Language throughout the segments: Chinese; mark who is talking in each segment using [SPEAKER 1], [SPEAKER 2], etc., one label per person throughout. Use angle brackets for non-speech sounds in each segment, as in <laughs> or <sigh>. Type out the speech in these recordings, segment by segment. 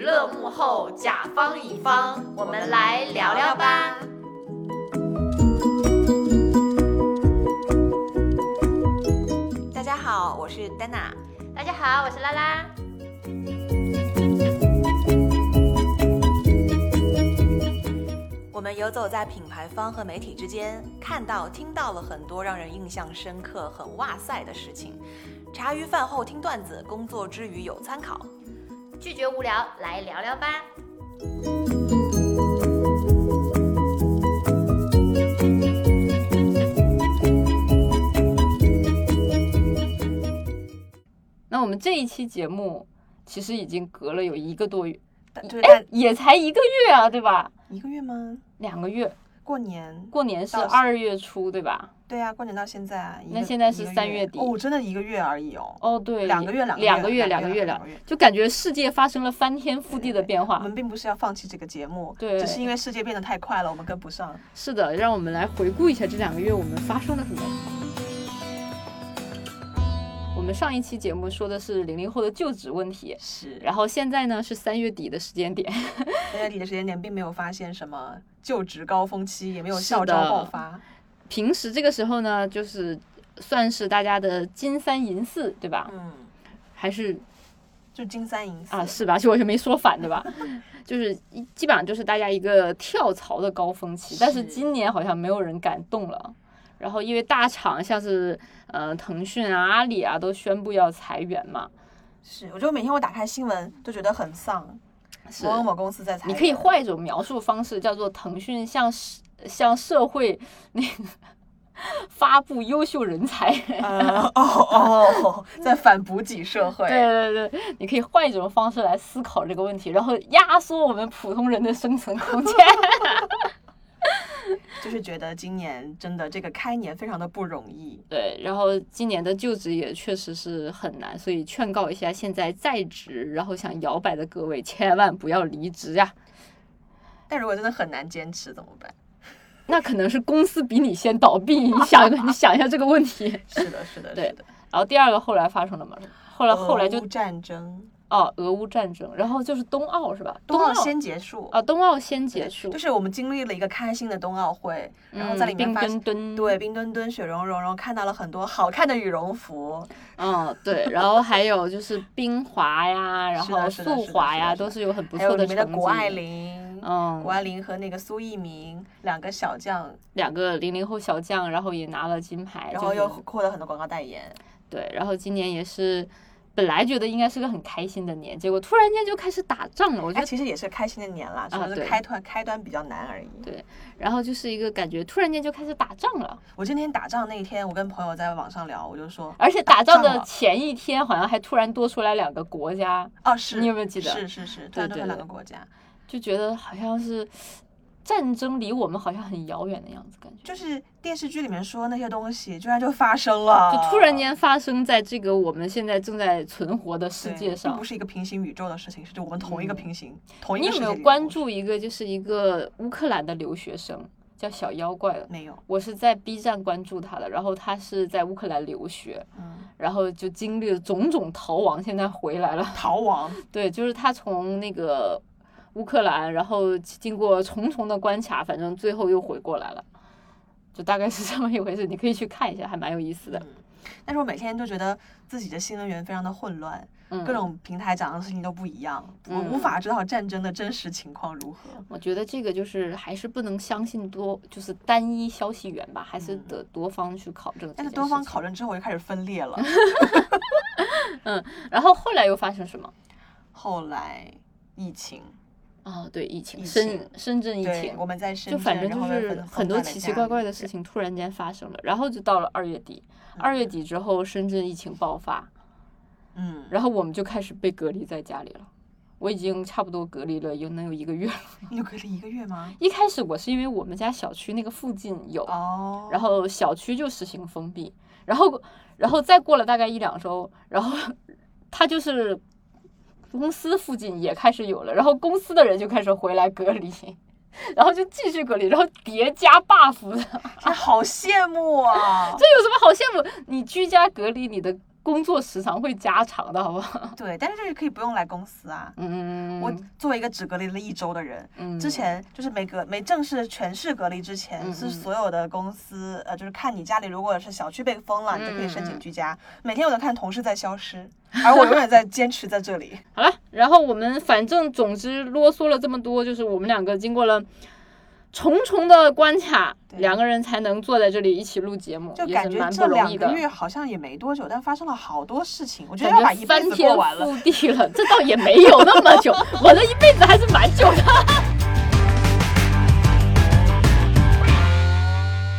[SPEAKER 1] 乐幕后，甲方乙方，我们来聊聊吧。
[SPEAKER 2] 大家好，我是丹娜。
[SPEAKER 1] 大家好，我是拉拉。
[SPEAKER 2] 我们游走在品牌方和媒体之间，看到、听到了很多让人印象深刻、很哇塞的事情。茶余饭后听段子，工作之余有参考。
[SPEAKER 1] 拒绝无聊，来聊聊吧。
[SPEAKER 3] 那我们这一期节目其实已经隔了有一个多月，
[SPEAKER 2] 就是大
[SPEAKER 3] 哎，也才一个月啊，对吧？
[SPEAKER 2] 一个月吗？
[SPEAKER 3] 两个月，
[SPEAKER 2] 过年？
[SPEAKER 3] 过年是
[SPEAKER 2] 到
[SPEAKER 3] 二月初，对吧？
[SPEAKER 2] 对啊，过年到现在啊。一
[SPEAKER 3] 那
[SPEAKER 2] 个
[SPEAKER 3] 现在
[SPEAKER 2] 一
[SPEAKER 3] 是
[SPEAKER 2] 个
[SPEAKER 3] 三月底
[SPEAKER 2] 哦，真的一个月而已哦。
[SPEAKER 3] 哦，对，
[SPEAKER 2] 两个月，
[SPEAKER 3] 两
[SPEAKER 2] 两
[SPEAKER 3] 个
[SPEAKER 2] 个
[SPEAKER 3] 月，
[SPEAKER 2] 两
[SPEAKER 3] 两个月
[SPEAKER 2] 两
[SPEAKER 3] 了
[SPEAKER 2] 个，月。
[SPEAKER 3] 就感觉世界发生了翻天覆地的
[SPEAKER 2] 对
[SPEAKER 3] 变
[SPEAKER 2] 我
[SPEAKER 3] 化
[SPEAKER 2] 们。并不是要放弃这个节目，
[SPEAKER 3] 对
[SPEAKER 2] 只是因为世界变得太快了，我们跟不上。
[SPEAKER 3] 是的，让我们来回顾一下这两个月我们发生了什么。我们上一期节目说的是零零后的就职问题，
[SPEAKER 2] 是，
[SPEAKER 3] 然后现在呢是三月底的时间点，
[SPEAKER 2] 三月底的时间点并没有发现什么就职高峰期，也没有
[SPEAKER 3] 是
[SPEAKER 2] 校招
[SPEAKER 3] 的
[SPEAKER 2] 爆发。
[SPEAKER 3] 平时这个时候呢就是算是大家的金三银四，对吧？
[SPEAKER 2] 嗯，
[SPEAKER 3] 还是
[SPEAKER 2] 就金三银四
[SPEAKER 3] 啊，是吧？就 <laughs> 我就没说反，对吧？ <laughs> 就是一基本上就是大家一个跳槽的高峰期，但是
[SPEAKER 2] 是
[SPEAKER 3] 今年好像没有人敢动了。然后因为大厂像是呃腾讯啊、阿里啊都宣布要裁员嘛，
[SPEAKER 2] 是，我就每天我打开新闻都觉得很丧，
[SPEAKER 3] 是
[SPEAKER 2] 某某某公司在裁
[SPEAKER 3] 你
[SPEAKER 2] 员。
[SPEAKER 3] 可以换一种描述方式，叫做腾讯向社向社会那个发布优秀人才。 <laughs>
[SPEAKER 2] 呃，哦哦，在反补给社会。
[SPEAKER 3] 对对对，你可以换一种方式来思考这个问题，然后压缩我们普通人的生存空间。
[SPEAKER 2] 就是觉得今年真的这个开年非常的不容易。
[SPEAKER 3] 对，然后今年的就职也确实是很难，所以劝告一下现在在职然后想摇摆的各位，千万不要离职呀、
[SPEAKER 2] 但如果真的很难坚持怎么办？
[SPEAKER 3] 那可能是公司比你先倒闭，你想你想一下这个问题。
[SPEAKER 2] 是的，是的，
[SPEAKER 3] 对
[SPEAKER 2] 是的。
[SPEAKER 3] 然后第二个后来发生了嘛，后来
[SPEAKER 2] 俄
[SPEAKER 3] 后来就
[SPEAKER 2] 乌战争，
[SPEAKER 3] 哦，俄乌战争，然后就是冬奥是吧？
[SPEAKER 2] 冬
[SPEAKER 3] 奥
[SPEAKER 2] 奥先结束，
[SPEAKER 3] 啊，冬奥先
[SPEAKER 2] 对
[SPEAKER 3] 结束
[SPEAKER 2] 就，是我们经历了一个开心的冬奥会，然后在
[SPEAKER 3] 嗯
[SPEAKER 2] 里面
[SPEAKER 3] 冰
[SPEAKER 2] 发
[SPEAKER 3] 墩
[SPEAKER 2] 现。
[SPEAKER 3] 墩，
[SPEAKER 2] 对，冰墩墩、雪融融，然后看到了很多好看的羽绒服，
[SPEAKER 3] 嗯对，然后还有就是冰滑呀，然
[SPEAKER 2] 是的
[SPEAKER 3] 后
[SPEAKER 2] 是的
[SPEAKER 3] 速
[SPEAKER 2] 是的
[SPEAKER 3] 滑
[SPEAKER 2] 是
[SPEAKER 3] 呀，
[SPEAKER 2] 的是
[SPEAKER 3] 都
[SPEAKER 2] 的
[SPEAKER 3] 是有很不
[SPEAKER 2] 还有
[SPEAKER 3] 错
[SPEAKER 2] 里
[SPEAKER 3] 成
[SPEAKER 2] 面
[SPEAKER 3] 绩。
[SPEAKER 2] 的谷爱凌，
[SPEAKER 3] 嗯，
[SPEAKER 2] 谷爱凌和那个苏翊鸣两个小将，
[SPEAKER 3] 两个零零后小将，然后也拿了金牌，
[SPEAKER 2] 然后
[SPEAKER 3] 就是
[SPEAKER 2] 又获得很多广告代言，
[SPEAKER 3] 对，然后今年也是本来觉得应该是个很开心的年，结果突然间就开始打仗了，我觉
[SPEAKER 2] 哎，
[SPEAKER 3] 得，
[SPEAKER 2] 其实也是开心的年啦，只
[SPEAKER 3] 啊
[SPEAKER 2] 是
[SPEAKER 3] 对
[SPEAKER 2] 开端开端比较难而已。
[SPEAKER 3] 然后就是一个感觉突然间就开始打仗了，
[SPEAKER 2] 我今天打仗那一天，我跟朋友在网上聊，我就说，
[SPEAKER 3] 而且打
[SPEAKER 2] 仗
[SPEAKER 3] 仗的
[SPEAKER 2] 了
[SPEAKER 3] 前一天好像还突然多出来两个国家，
[SPEAKER 2] 哦，是，
[SPEAKER 3] 你有没有记得
[SPEAKER 2] 是是是，
[SPEAKER 3] 对
[SPEAKER 2] 战争
[SPEAKER 3] 对
[SPEAKER 2] 的两
[SPEAKER 3] 对
[SPEAKER 2] 个国家，
[SPEAKER 3] 就觉得好像是战争离我们好像很遥远的样子，感觉。
[SPEAKER 2] 就是电视剧里面说那些东西，居然就发生了，
[SPEAKER 3] 就突然间发生在这个我们现在正在存活的世
[SPEAKER 2] 对
[SPEAKER 3] 界
[SPEAKER 2] 并
[SPEAKER 3] 上
[SPEAKER 2] 不，是一个平行宇宙的事情，是就我们同一个
[SPEAKER 3] 嗯
[SPEAKER 2] 平行，同一
[SPEAKER 3] 你
[SPEAKER 2] 个世
[SPEAKER 3] 有
[SPEAKER 2] 界
[SPEAKER 3] 没有
[SPEAKER 2] 里的
[SPEAKER 3] 关
[SPEAKER 2] 故事？
[SPEAKER 3] 注一个就是一个乌克兰的留学生叫小妖怪的？
[SPEAKER 2] 没有，
[SPEAKER 3] 我是在 B 站关注他的，然后他是在乌克兰留学，
[SPEAKER 2] 嗯，
[SPEAKER 3] 然后就经历了种种逃亡，现在回来了。 <laughs>
[SPEAKER 2] 逃亡，
[SPEAKER 3] 对，就是他从那个乌克兰，然后经过重重的关卡，反正最后又回过来了，就大概是这么一回事。你可以去看一下，还蛮有意思的。
[SPEAKER 2] 嗯。但是我每天就觉得自己的新闻源非常的混乱，
[SPEAKER 3] 嗯，
[SPEAKER 2] 各种平台讲的事情都不一样，我无
[SPEAKER 3] 嗯
[SPEAKER 2] 法知道战争的真实情况如何。
[SPEAKER 3] 我觉得这个就是还是不能相信多，就是单一消息源吧，还是
[SPEAKER 2] 嗯
[SPEAKER 3] 得多方去考证。
[SPEAKER 2] 但是多方考，证之后，我就开始分裂
[SPEAKER 3] <laughs>
[SPEAKER 2] 了。
[SPEAKER 3] 然后后来又发生什么？
[SPEAKER 2] 后来疫情，
[SPEAKER 3] 哦，对，疫情，
[SPEAKER 2] 疫
[SPEAKER 3] 深
[SPEAKER 2] 情
[SPEAKER 3] 深圳疫
[SPEAKER 2] 对
[SPEAKER 3] 情，，
[SPEAKER 2] 我们在深
[SPEAKER 3] 就
[SPEAKER 2] 圳，
[SPEAKER 3] 反正
[SPEAKER 2] 然
[SPEAKER 3] 就
[SPEAKER 2] 后被
[SPEAKER 3] 是
[SPEAKER 2] 分
[SPEAKER 3] 很多奇奇怪怪的事。情突然间发生了，然后就到了二月底，二月底之后深圳疫情爆发，
[SPEAKER 2] 嗯，
[SPEAKER 3] 然后我们就开始被隔离在家里了。我已经差不多隔离了，有能有一个月了。
[SPEAKER 2] 你有隔离一个月吗？
[SPEAKER 3] 一开始我是因为我们家小区那个附近有，
[SPEAKER 2] 哦，
[SPEAKER 3] 然后小区就实行封闭，然后然后再过了大概一两周，然后 <laughs> 他就是公司附近也开始有了，然后公司的人就开始回来隔离， <laughs> 然后就继续隔离，然后叠加 buff 的，
[SPEAKER 2] 这好羡慕啊！
[SPEAKER 3] <laughs> 这有什么好羡慕？你居家隔离，你的工作时长会加长的，好不好？
[SPEAKER 2] 对，但是这个可以不用来公司啊。
[SPEAKER 3] 嗯，
[SPEAKER 2] 我作为一个只隔离了一周的人，
[SPEAKER 3] 嗯
[SPEAKER 2] 之前就是没隔没正式全市隔离之前，
[SPEAKER 3] 嗯
[SPEAKER 2] 是
[SPEAKER 3] 嗯
[SPEAKER 2] 所有的公司呃，就是看你家里如果是小区被封了，你就可以申
[SPEAKER 3] 嗯
[SPEAKER 2] 请
[SPEAKER 3] 嗯
[SPEAKER 2] 居家。每天我都看同事在消失，而我永远
[SPEAKER 3] <laughs>
[SPEAKER 2] 在坚持在这里。
[SPEAKER 3] 好了，然后我们反正总之啰嗦了这么多，就是我们两个经过了重重的关卡，
[SPEAKER 2] 对
[SPEAKER 3] 两个人才能坐在这里一起录节目，
[SPEAKER 2] 就
[SPEAKER 3] 也
[SPEAKER 2] 感
[SPEAKER 3] 是
[SPEAKER 2] 觉
[SPEAKER 3] 蛮
[SPEAKER 2] 这
[SPEAKER 3] 不容
[SPEAKER 2] 两
[SPEAKER 3] 易
[SPEAKER 2] 个
[SPEAKER 3] 的。
[SPEAKER 2] 月好像也没多久，但发生了好多事情，我觉得
[SPEAKER 3] 感
[SPEAKER 2] 要把一
[SPEAKER 3] 觉
[SPEAKER 2] 辈
[SPEAKER 3] 翻
[SPEAKER 2] 子
[SPEAKER 3] 天
[SPEAKER 2] 过完了。
[SPEAKER 3] 覆地了，这倒也没有那
[SPEAKER 2] <laughs>
[SPEAKER 3] 么久，我的一辈子还是蛮久的。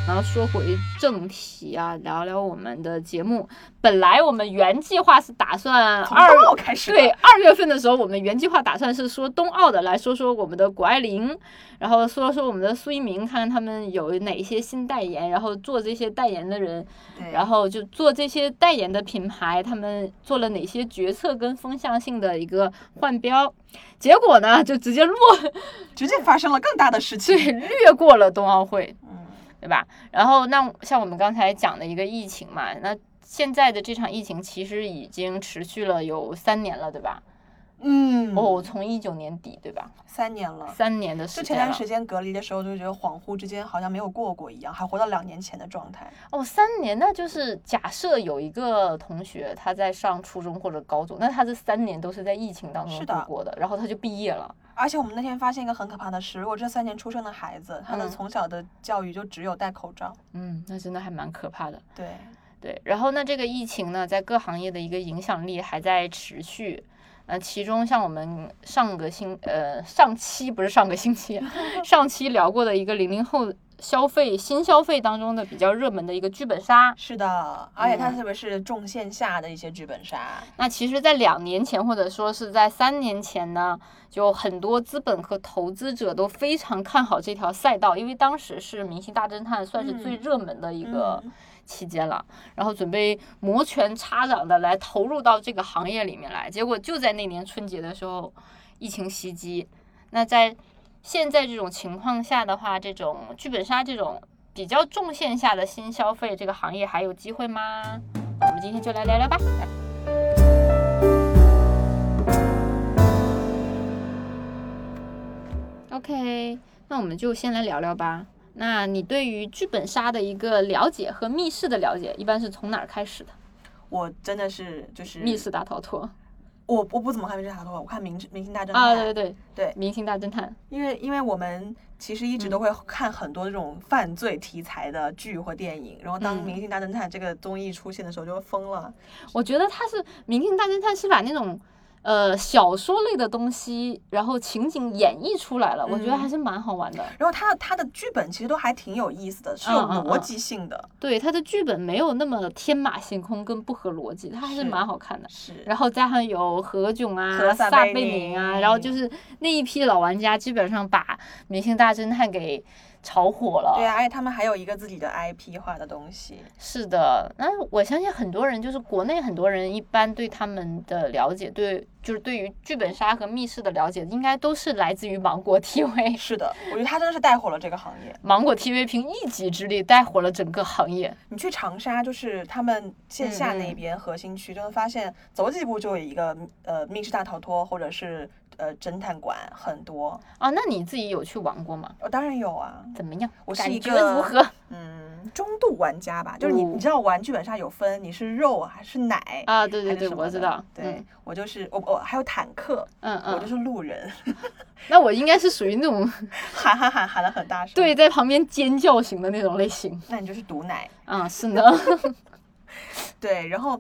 [SPEAKER 3] 然后说回正题啊，聊聊我们的节目。本来我们原计划是打算
[SPEAKER 2] 从
[SPEAKER 3] 二
[SPEAKER 2] 冬奥开始，
[SPEAKER 3] 对，，二月份的时候，我们原计划打算是说冬奥的，来说说我们的谷爱凌，然后说说我们的苏一鸣，看看他们有哪一些新代言，然后做这些代言的人，
[SPEAKER 2] 对
[SPEAKER 3] 然后就做这些代言的品牌，他们做了哪些决策跟风向性的一个换标。结果呢，就直接落 <laughs>
[SPEAKER 2] 直接发生了更大的事情。
[SPEAKER 3] 对略过了冬奥会，
[SPEAKER 2] 嗯，
[SPEAKER 3] 对吧？然后那像我们刚才讲的一个疫情嘛，那现在的这场疫情其实已经持续了有三年了，对吧？
[SPEAKER 2] 嗯，
[SPEAKER 3] 哦，从一九年底对吧？
[SPEAKER 2] 三年了。
[SPEAKER 3] 三年的时
[SPEAKER 2] 就前
[SPEAKER 3] 间了。
[SPEAKER 2] 段时间隔离的时候，就觉得恍惚之间好像没有过过一样，还活到两年前的状态。
[SPEAKER 3] 哦，三年，那就是假设有一个同学他在上初中或者高中，那他这三年都是在疫情当中
[SPEAKER 2] 是
[SPEAKER 3] 度
[SPEAKER 2] 的
[SPEAKER 3] 过的，然后他就毕业了。
[SPEAKER 2] 而且我们那天发现一个很可怕的事，如果这三年出生的孩子，他的
[SPEAKER 3] 嗯
[SPEAKER 2] 从小的教育就只有戴口罩。
[SPEAKER 3] 嗯，那真的还蛮可怕的。
[SPEAKER 2] 对，
[SPEAKER 3] 对，然后那这个疫情呢，在各行业的一个影响力还在持续。呃，其中像我们上个星呃上期不是上个星期啊，上期聊过的一个零零后消费新消费当中的比较热门的一个剧本杀，
[SPEAKER 2] 是的，而且他
[SPEAKER 3] 嗯
[SPEAKER 2] 特别是重线下的一些剧本杀，
[SPEAKER 3] 那其实，在两年前或者说是在三年前呢，就很多资本和投资者都非常看好这条赛道，因为当时是《明星大侦探》算是最
[SPEAKER 2] 嗯
[SPEAKER 3] 热门的一
[SPEAKER 2] 嗯
[SPEAKER 3] 个期间了，然后准备摩拳擦掌的来投入到这个行业里面来。结果就在那年春节的时候，疫情袭击。那在现在这种情况下的话，这种剧本杀这种比较重线下的新消费这个行业还有机会吗？我们今天就来聊聊吧。OK，那我们就先来聊聊吧。那你对于剧本杀的一个了解和密室的了解，一般是从哪儿开始的？
[SPEAKER 2] 我真的是就是
[SPEAKER 3] 密室大逃脱
[SPEAKER 2] 我我不怎么看《密室大逃脱》，我看明《明星大侦探》
[SPEAKER 3] 啊，对对对
[SPEAKER 2] 对
[SPEAKER 3] 明星大侦探，
[SPEAKER 2] 因为因为我们其实一
[SPEAKER 3] 嗯
[SPEAKER 2] 直都会看很多这种犯罪题材的剧或电影，然后当《
[SPEAKER 3] 嗯
[SPEAKER 2] 明星大侦探》这个综艺出现的时候就疯了。
[SPEAKER 3] 我觉得他是明星大侦探是把那种呃小说类的东西，然后情景演绎出来了，我觉得
[SPEAKER 2] 嗯
[SPEAKER 3] 还是蛮好玩的。
[SPEAKER 2] 然后他他的剧本其实都还挺有意思的，是有
[SPEAKER 3] 嗯嗯
[SPEAKER 2] 逻辑性的，
[SPEAKER 3] 对，他的剧本没有那么天马行空跟不合逻辑，它还是
[SPEAKER 2] 是
[SPEAKER 3] 蛮好看的。
[SPEAKER 2] 是
[SPEAKER 3] 然后加上有何炅啊、
[SPEAKER 2] 和
[SPEAKER 3] 撒
[SPEAKER 2] 撒
[SPEAKER 3] 贝
[SPEAKER 2] 贝
[SPEAKER 3] 宁啊，
[SPEAKER 2] 宁
[SPEAKER 3] 然后就是那一批老玩家，基本上把《明星大侦探》给炒火了。
[SPEAKER 2] 对啊，而且他们还有一个自己的 IP 化的东西，
[SPEAKER 3] 是的，那我相信很多人，就是国内很多人一般对他们的了解，对就是对于剧本杀和密室的了解，应该都是来自于芒果 <laughs> TV。
[SPEAKER 2] 是的，我觉得他真的是带火了这个行业。
[SPEAKER 3] 芒果 TV 凭一己之力带火了整个行业。
[SPEAKER 2] 你去长沙，就是他们线下
[SPEAKER 3] 嗯
[SPEAKER 2] 那
[SPEAKER 3] 嗯
[SPEAKER 2] 边核心区，就会发现走几步就有一个呃密室大逃脱，或者是呃侦探馆很多。
[SPEAKER 3] 啊，那你自己有去玩过吗？
[SPEAKER 2] 我、当然有啊，
[SPEAKER 3] 怎么样？
[SPEAKER 2] 我是
[SPEAKER 3] 感
[SPEAKER 2] 一
[SPEAKER 3] 觉
[SPEAKER 2] 个
[SPEAKER 3] 如何？
[SPEAKER 2] 嗯，中度玩家吧，就是你
[SPEAKER 3] 哦
[SPEAKER 2] 你知道玩剧本杀有分，你是肉啊还是奶
[SPEAKER 3] 啊，对
[SPEAKER 2] 还
[SPEAKER 3] 对
[SPEAKER 2] 是
[SPEAKER 3] 对，
[SPEAKER 2] 什
[SPEAKER 3] 我
[SPEAKER 2] 么
[SPEAKER 3] 知
[SPEAKER 2] 的
[SPEAKER 3] 道。
[SPEAKER 2] 对、我就是我我还有坦克，
[SPEAKER 3] 嗯
[SPEAKER 2] 我就
[SPEAKER 3] 嗯，
[SPEAKER 2] 是路人， <laughs>
[SPEAKER 3] 那我应该是属于那种
[SPEAKER 2] 喊喊喊喊的很大声。
[SPEAKER 3] 对，在旁边尖叫型的那种类型。
[SPEAKER 2] 那你就是毒奶。
[SPEAKER 3] 啊，是
[SPEAKER 2] <laughs>
[SPEAKER 3] 呢。
[SPEAKER 2] 对，然后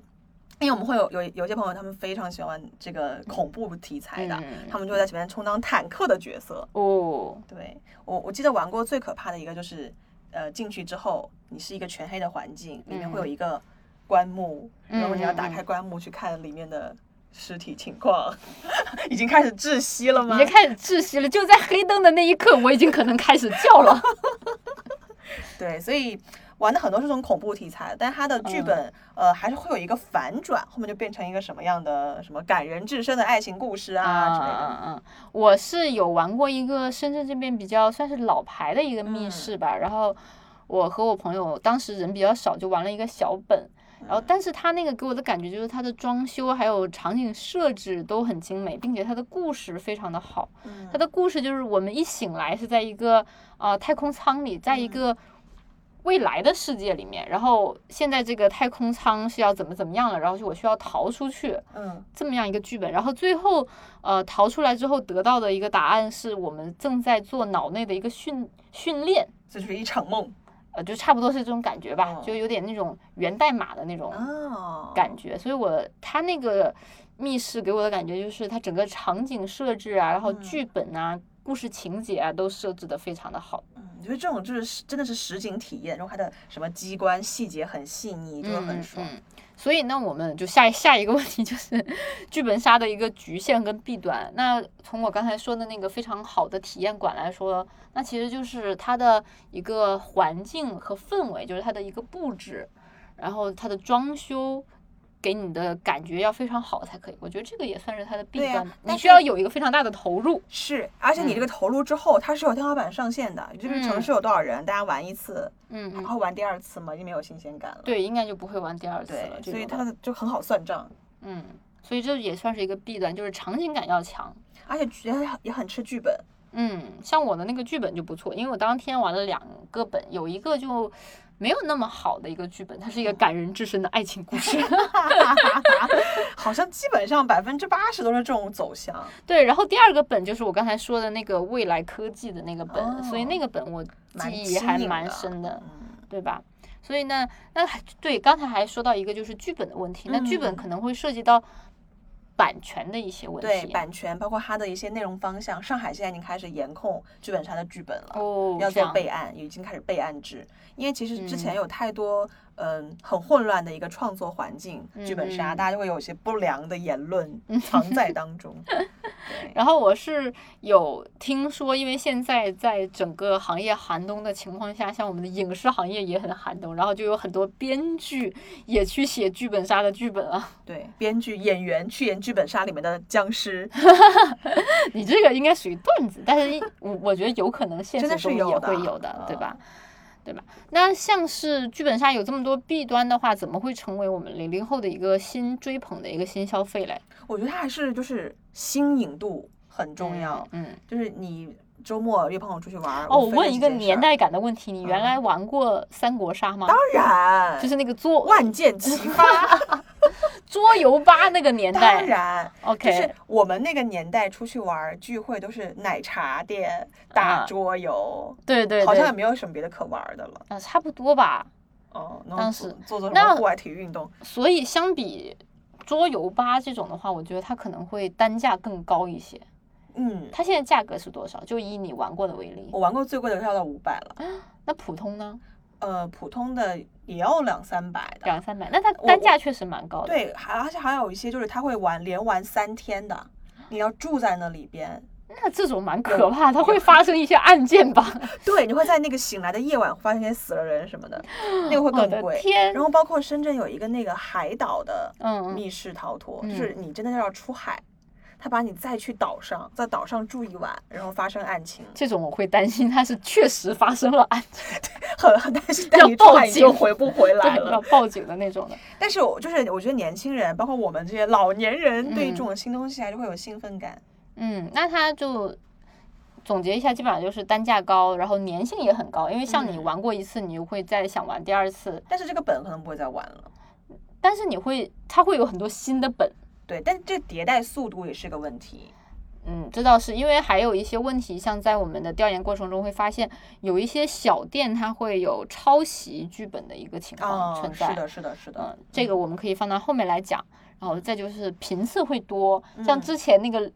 [SPEAKER 2] 因为我们会有有有些朋友，他们非常喜欢玩这个恐怖题材的，
[SPEAKER 3] 嗯
[SPEAKER 2] 他们就会在前面充当坦克的角色。
[SPEAKER 3] 哦，
[SPEAKER 2] 对我我记得玩过最可怕的一个就是，呃，进去之后你是一个全黑的环境，里面会有一个棺木，然后你要打开棺木去看里面的。尸体情况 <laughs> 已经开始窒息了
[SPEAKER 3] 已
[SPEAKER 2] 吗
[SPEAKER 3] 经？开始窒息了，就在黑灯的那一刻，我已经可能开始叫了。
[SPEAKER 2] 对，所以玩的很多是这种恐怖题材，但它的剧本、呃还是会有一个反转，后面就变成一个什么样的什么感人至深的爱情故事啊之类的。
[SPEAKER 3] 嗯嗯，我是有玩过一个深圳这边比较算是老牌的一个密
[SPEAKER 2] 嗯
[SPEAKER 3] 室吧，然后我和我朋友当时人比较少，就玩了一个小本。
[SPEAKER 2] 嗯
[SPEAKER 3] 然后，但是它那个给我的感觉就是它的装修还有场景设置都很精美，并且它的故事非常的好。
[SPEAKER 2] 嗯
[SPEAKER 3] 它的故事就是我们一醒来是在一个呃太空舱里，在
[SPEAKER 2] 嗯
[SPEAKER 3] 一个未来的世界里面，然后现在这个太空舱是要怎么怎么样了，然后我需要逃出去
[SPEAKER 2] 嗯
[SPEAKER 3] 这么样一个剧本，然后最后呃逃出来之后得到的一个答案是我们正在做脑内的一个训训练。
[SPEAKER 2] 这就是一场梦
[SPEAKER 3] 呃，就差不多是这种感觉吧，
[SPEAKER 2] 哦
[SPEAKER 3] 就有点那种源代码的那种
[SPEAKER 2] 哦
[SPEAKER 3] 感觉。所以我他那个密室给我的感觉就是，它整个场景设置啊，然后
[SPEAKER 2] 嗯
[SPEAKER 3] 剧本啊、故事情节啊，都设置的非常的好。
[SPEAKER 2] 嗯，觉得这种就是真的是实景体验，然后它的什么机关细节很细腻，就会很爽。
[SPEAKER 3] 嗯嗯所以呢，我们就下一下一个问题就是 <laughs> 剧本杀的一个局限跟弊端。那从我刚才说的那个非常好的体验馆来说，那其实就是它的一个环境和氛围，就是它的一个布置，然后它的装修。给你的感觉要非常好才可以，我觉得这个也算是它的弊
[SPEAKER 2] 对啊
[SPEAKER 3] 端吧。
[SPEAKER 2] 但
[SPEAKER 3] 你需
[SPEAKER 2] 是
[SPEAKER 3] 要有一个非常大的投入，
[SPEAKER 2] 是，而且你
[SPEAKER 3] 嗯
[SPEAKER 2] 这个投入之后，它是有天花板上限的，这个城市有多少人，大家玩一次，
[SPEAKER 3] 嗯
[SPEAKER 2] 然
[SPEAKER 3] 嗯，
[SPEAKER 2] 后玩第二次嘛，就没有新鲜感了。
[SPEAKER 3] 对，应该就不会玩第二次
[SPEAKER 2] 对
[SPEAKER 3] 了。，这
[SPEAKER 2] 所以
[SPEAKER 3] 种
[SPEAKER 2] 它
[SPEAKER 3] 的
[SPEAKER 2] 就很好算账，
[SPEAKER 3] 嗯，所以这也算是一个弊端，就是场景感要强。
[SPEAKER 2] 而且也很也很吃剧
[SPEAKER 3] <laughs>
[SPEAKER 2] 本。
[SPEAKER 3] 嗯，像我的那个剧本就不错，因为我当天玩了两个本，有一个就没有那么好的一个剧本，它是一个感人至深的爱情故
[SPEAKER 2] <laughs>
[SPEAKER 3] 事。
[SPEAKER 2] 好像基本上百分之八十都是这种走向。
[SPEAKER 3] 对，然后第二个本就是我刚才说的那个未来科技的那个本，所以
[SPEAKER 2] 哦
[SPEAKER 3] 那个本我
[SPEAKER 2] 蛮
[SPEAKER 3] 记忆还
[SPEAKER 2] 新颖
[SPEAKER 3] 蛮
[SPEAKER 2] 的
[SPEAKER 3] 深的，
[SPEAKER 2] 嗯
[SPEAKER 3] 对吧？所以呢，那还对刚才还说到一个就是剧本的问题，那剧本
[SPEAKER 2] 嗯
[SPEAKER 3] 可能会涉及到版权的一些问
[SPEAKER 2] 对
[SPEAKER 3] 题。
[SPEAKER 2] 版权，包括它的一些内容方向，上海现在已经开始严控剧本杀的剧本了，
[SPEAKER 3] 哦，
[SPEAKER 2] 要
[SPEAKER 3] 这
[SPEAKER 2] 做
[SPEAKER 3] 样
[SPEAKER 2] 备案，已经开始备案制。因为其实之前
[SPEAKER 3] 嗯
[SPEAKER 2] 有太多嗯、很混乱的一个创作环境，剧本杀
[SPEAKER 3] 嗯
[SPEAKER 2] 大家就会有一些不良的言
[SPEAKER 3] <laughs>
[SPEAKER 2] 论藏在当中。对
[SPEAKER 3] 然后我是有听说，因为现在在整个行业寒冬的情况下，像我们的影视行业也很寒冬，然后就有很多编剧也去写剧本杀的剧本啊了。
[SPEAKER 2] 对，编剧、演员去演剧本杀里面的僵尸，
[SPEAKER 3] <laughs> 你这个应该属于段子，但是我我觉得有可能现实
[SPEAKER 2] 真的是
[SPEAKER 3] 中也
[SPEAKER 2] 有的啊嗯
[SPEAKER 3] 会有的，对吧？对吧？那像是剧本杀有这么多弊端的话，怎么会成为我们零零后的一个新追捧的一个新消费嘞？
[SPEAKER 2] 我觉得它还是就是新颖度很重要。
[SPEAKER 3] 嗯，嗯。
[SPEAKER 2] 就是你周末约朋友出去玩儿，
[SPEAKER 3] 哦，我
[SPEAKER 2] 分
[SPEAKER 3] 问
[SPEAKER 2] 这
[SPEAKER 3] 一个
[SPEAKER 2] 件事
[SPEAKER 3] 年
[SPEAKER 2] 儿，
[SPEAKER 3] 代感的问题，你原
[SPEAKER 2] 嗯
[SPEAKER 3] 来玩过三国杀吗？
[SPEAKER 2] 当然
[SPEAKER 3] 就是那个桌
[SPEAKER 2] 万箭齐发，
[SPEAKER 3] 桌游吧那个 <laughs> 年代
[SPEAKER 2] 当然。
[SPEAKER 3] ，OK，
[SPEAKER 2] 就是我们那个年代出去玩儿聚会都是奶茶店打
[SPEAKER 3] 啊
[SPEAKER 2] 桌游，
[SPEAKER 3] 对对对，
[SPEAKER 2] 好像也没有什么别的可玩儿的了。
[SPEAKER 3] 啊差不多吧。
[SPEAKER 2] 哦，然后
[SPEAKER 3] 当
[SPEAKER 2] 做
[SPEAKER 3] 时
[SPEAKER 2] 做做什
[SPEAKER 3] 那
[SPEAKER 2] 么户外体育运动，
[SPEAKER 3] 所以相比桌游吧这种的话，我觉得它可能会单价更高一些。
[SPEAKER 2] 嗯，
[SPEAKER 3] 它现在价格是多少？就以你玩过的为例
[SPEAKER 2] 我，玩过最贵的要到五百了，
[SPEAKER 3] 那普通呢，
[SPEAKER 2] 呃，普通的也要两三百的。
[SPEAKER 3] 两三百，那它
[SPEAKER 2] 我
[SPEAKER 3] 单价确实蛮高的。
[SPEAKER 2] 对，还而且还有一些就是他会玩连玩三天的，你要住在那里
[SPEAKER 3] <laughs>
[SPEAKER 2] 边，
[SPEAKER 3] 那这种蛮可怕，它会发生一些案
[SPEAKER 2] <laughs>
[SPEAKER 3] 件吧？
[SPEAKER 2] 对，你会在那个醒来的夜晚发现死了人什么
[SPEAKER 3] <laughs>
[SPEAKER 2] 的，那个会
[SPEAKER 3] 我
[SPEAKER 2] 更
[SPEAKER 3] 哦的
[SPEAKER 2] 贵。
[SPEAKER 3] 天，
[SPEAKER 2] 然后包括深圳有一个那个海岛的
[SPEAKER 3] 嗯嗯
[SPEAKER 2] 密室逃脱，
[SPEAKER 3] 嗯
[SPEAKER 2] 就是你真的要出海，他把你载去岛上，在岛上住一晚，然后发生案
[SPEAKER 3] <laughs>
[SPEAKER 2] 情，
[SPEAKER 3] 这种我会担心，它是确实发生了案件，
[SPEAKER 2] 很 <laughs> 很担心。但
[SPEAKER 3] 要
[SPEAKER 2] 你
[SPEAKER 3] 报
[SPEAKER 2] 出海你就
[SPEAKER 3] 警
[SPEAKER 2] 回不回来
[SPEAKER 3] 对，要
[SPEAKER 2] 了。
[SPEAKER 3] 报警的那种的。
[SPEAKER 2] 但是我就是我觉得年轻人，包括我们这些老年人，对
[SPEAKER 3] 嗯
[SPEAKER 2] 这种新东西还是会有兴奋感。
[SPEAKER 3] 嗯，那它就总结一下，基本上就是单价高，然后粘性也很高，因为像你
[SPEAKER 2] 嗯
[SPEAKER 3] 玩过一次，你就会再想玩第二次，
[SPEAKER 2] 但是这个本可能不会再玩了。
[SPEAKER 3] 但是你会它会有很多新的本。
[SPEAKER 2] 对，但这迭代速度也是个问题。
[SPEAKER 3] 嗯，这倒是因为还有一些问题，像在我们的调研过程中会发现，有一些小店它会有抄袭剧本的一个情况
[SPEAKER 2] 哦
[SPEAKER 3] 存，在。
[SPEAKER 2] 是的，是的，是的
[SPEAKER 3] 嗯，，这个我们可以放到后面来讲。然后再就是频次会多，像
[SPEAKER 2] 嗯
[SPEAKER 3] 之前那个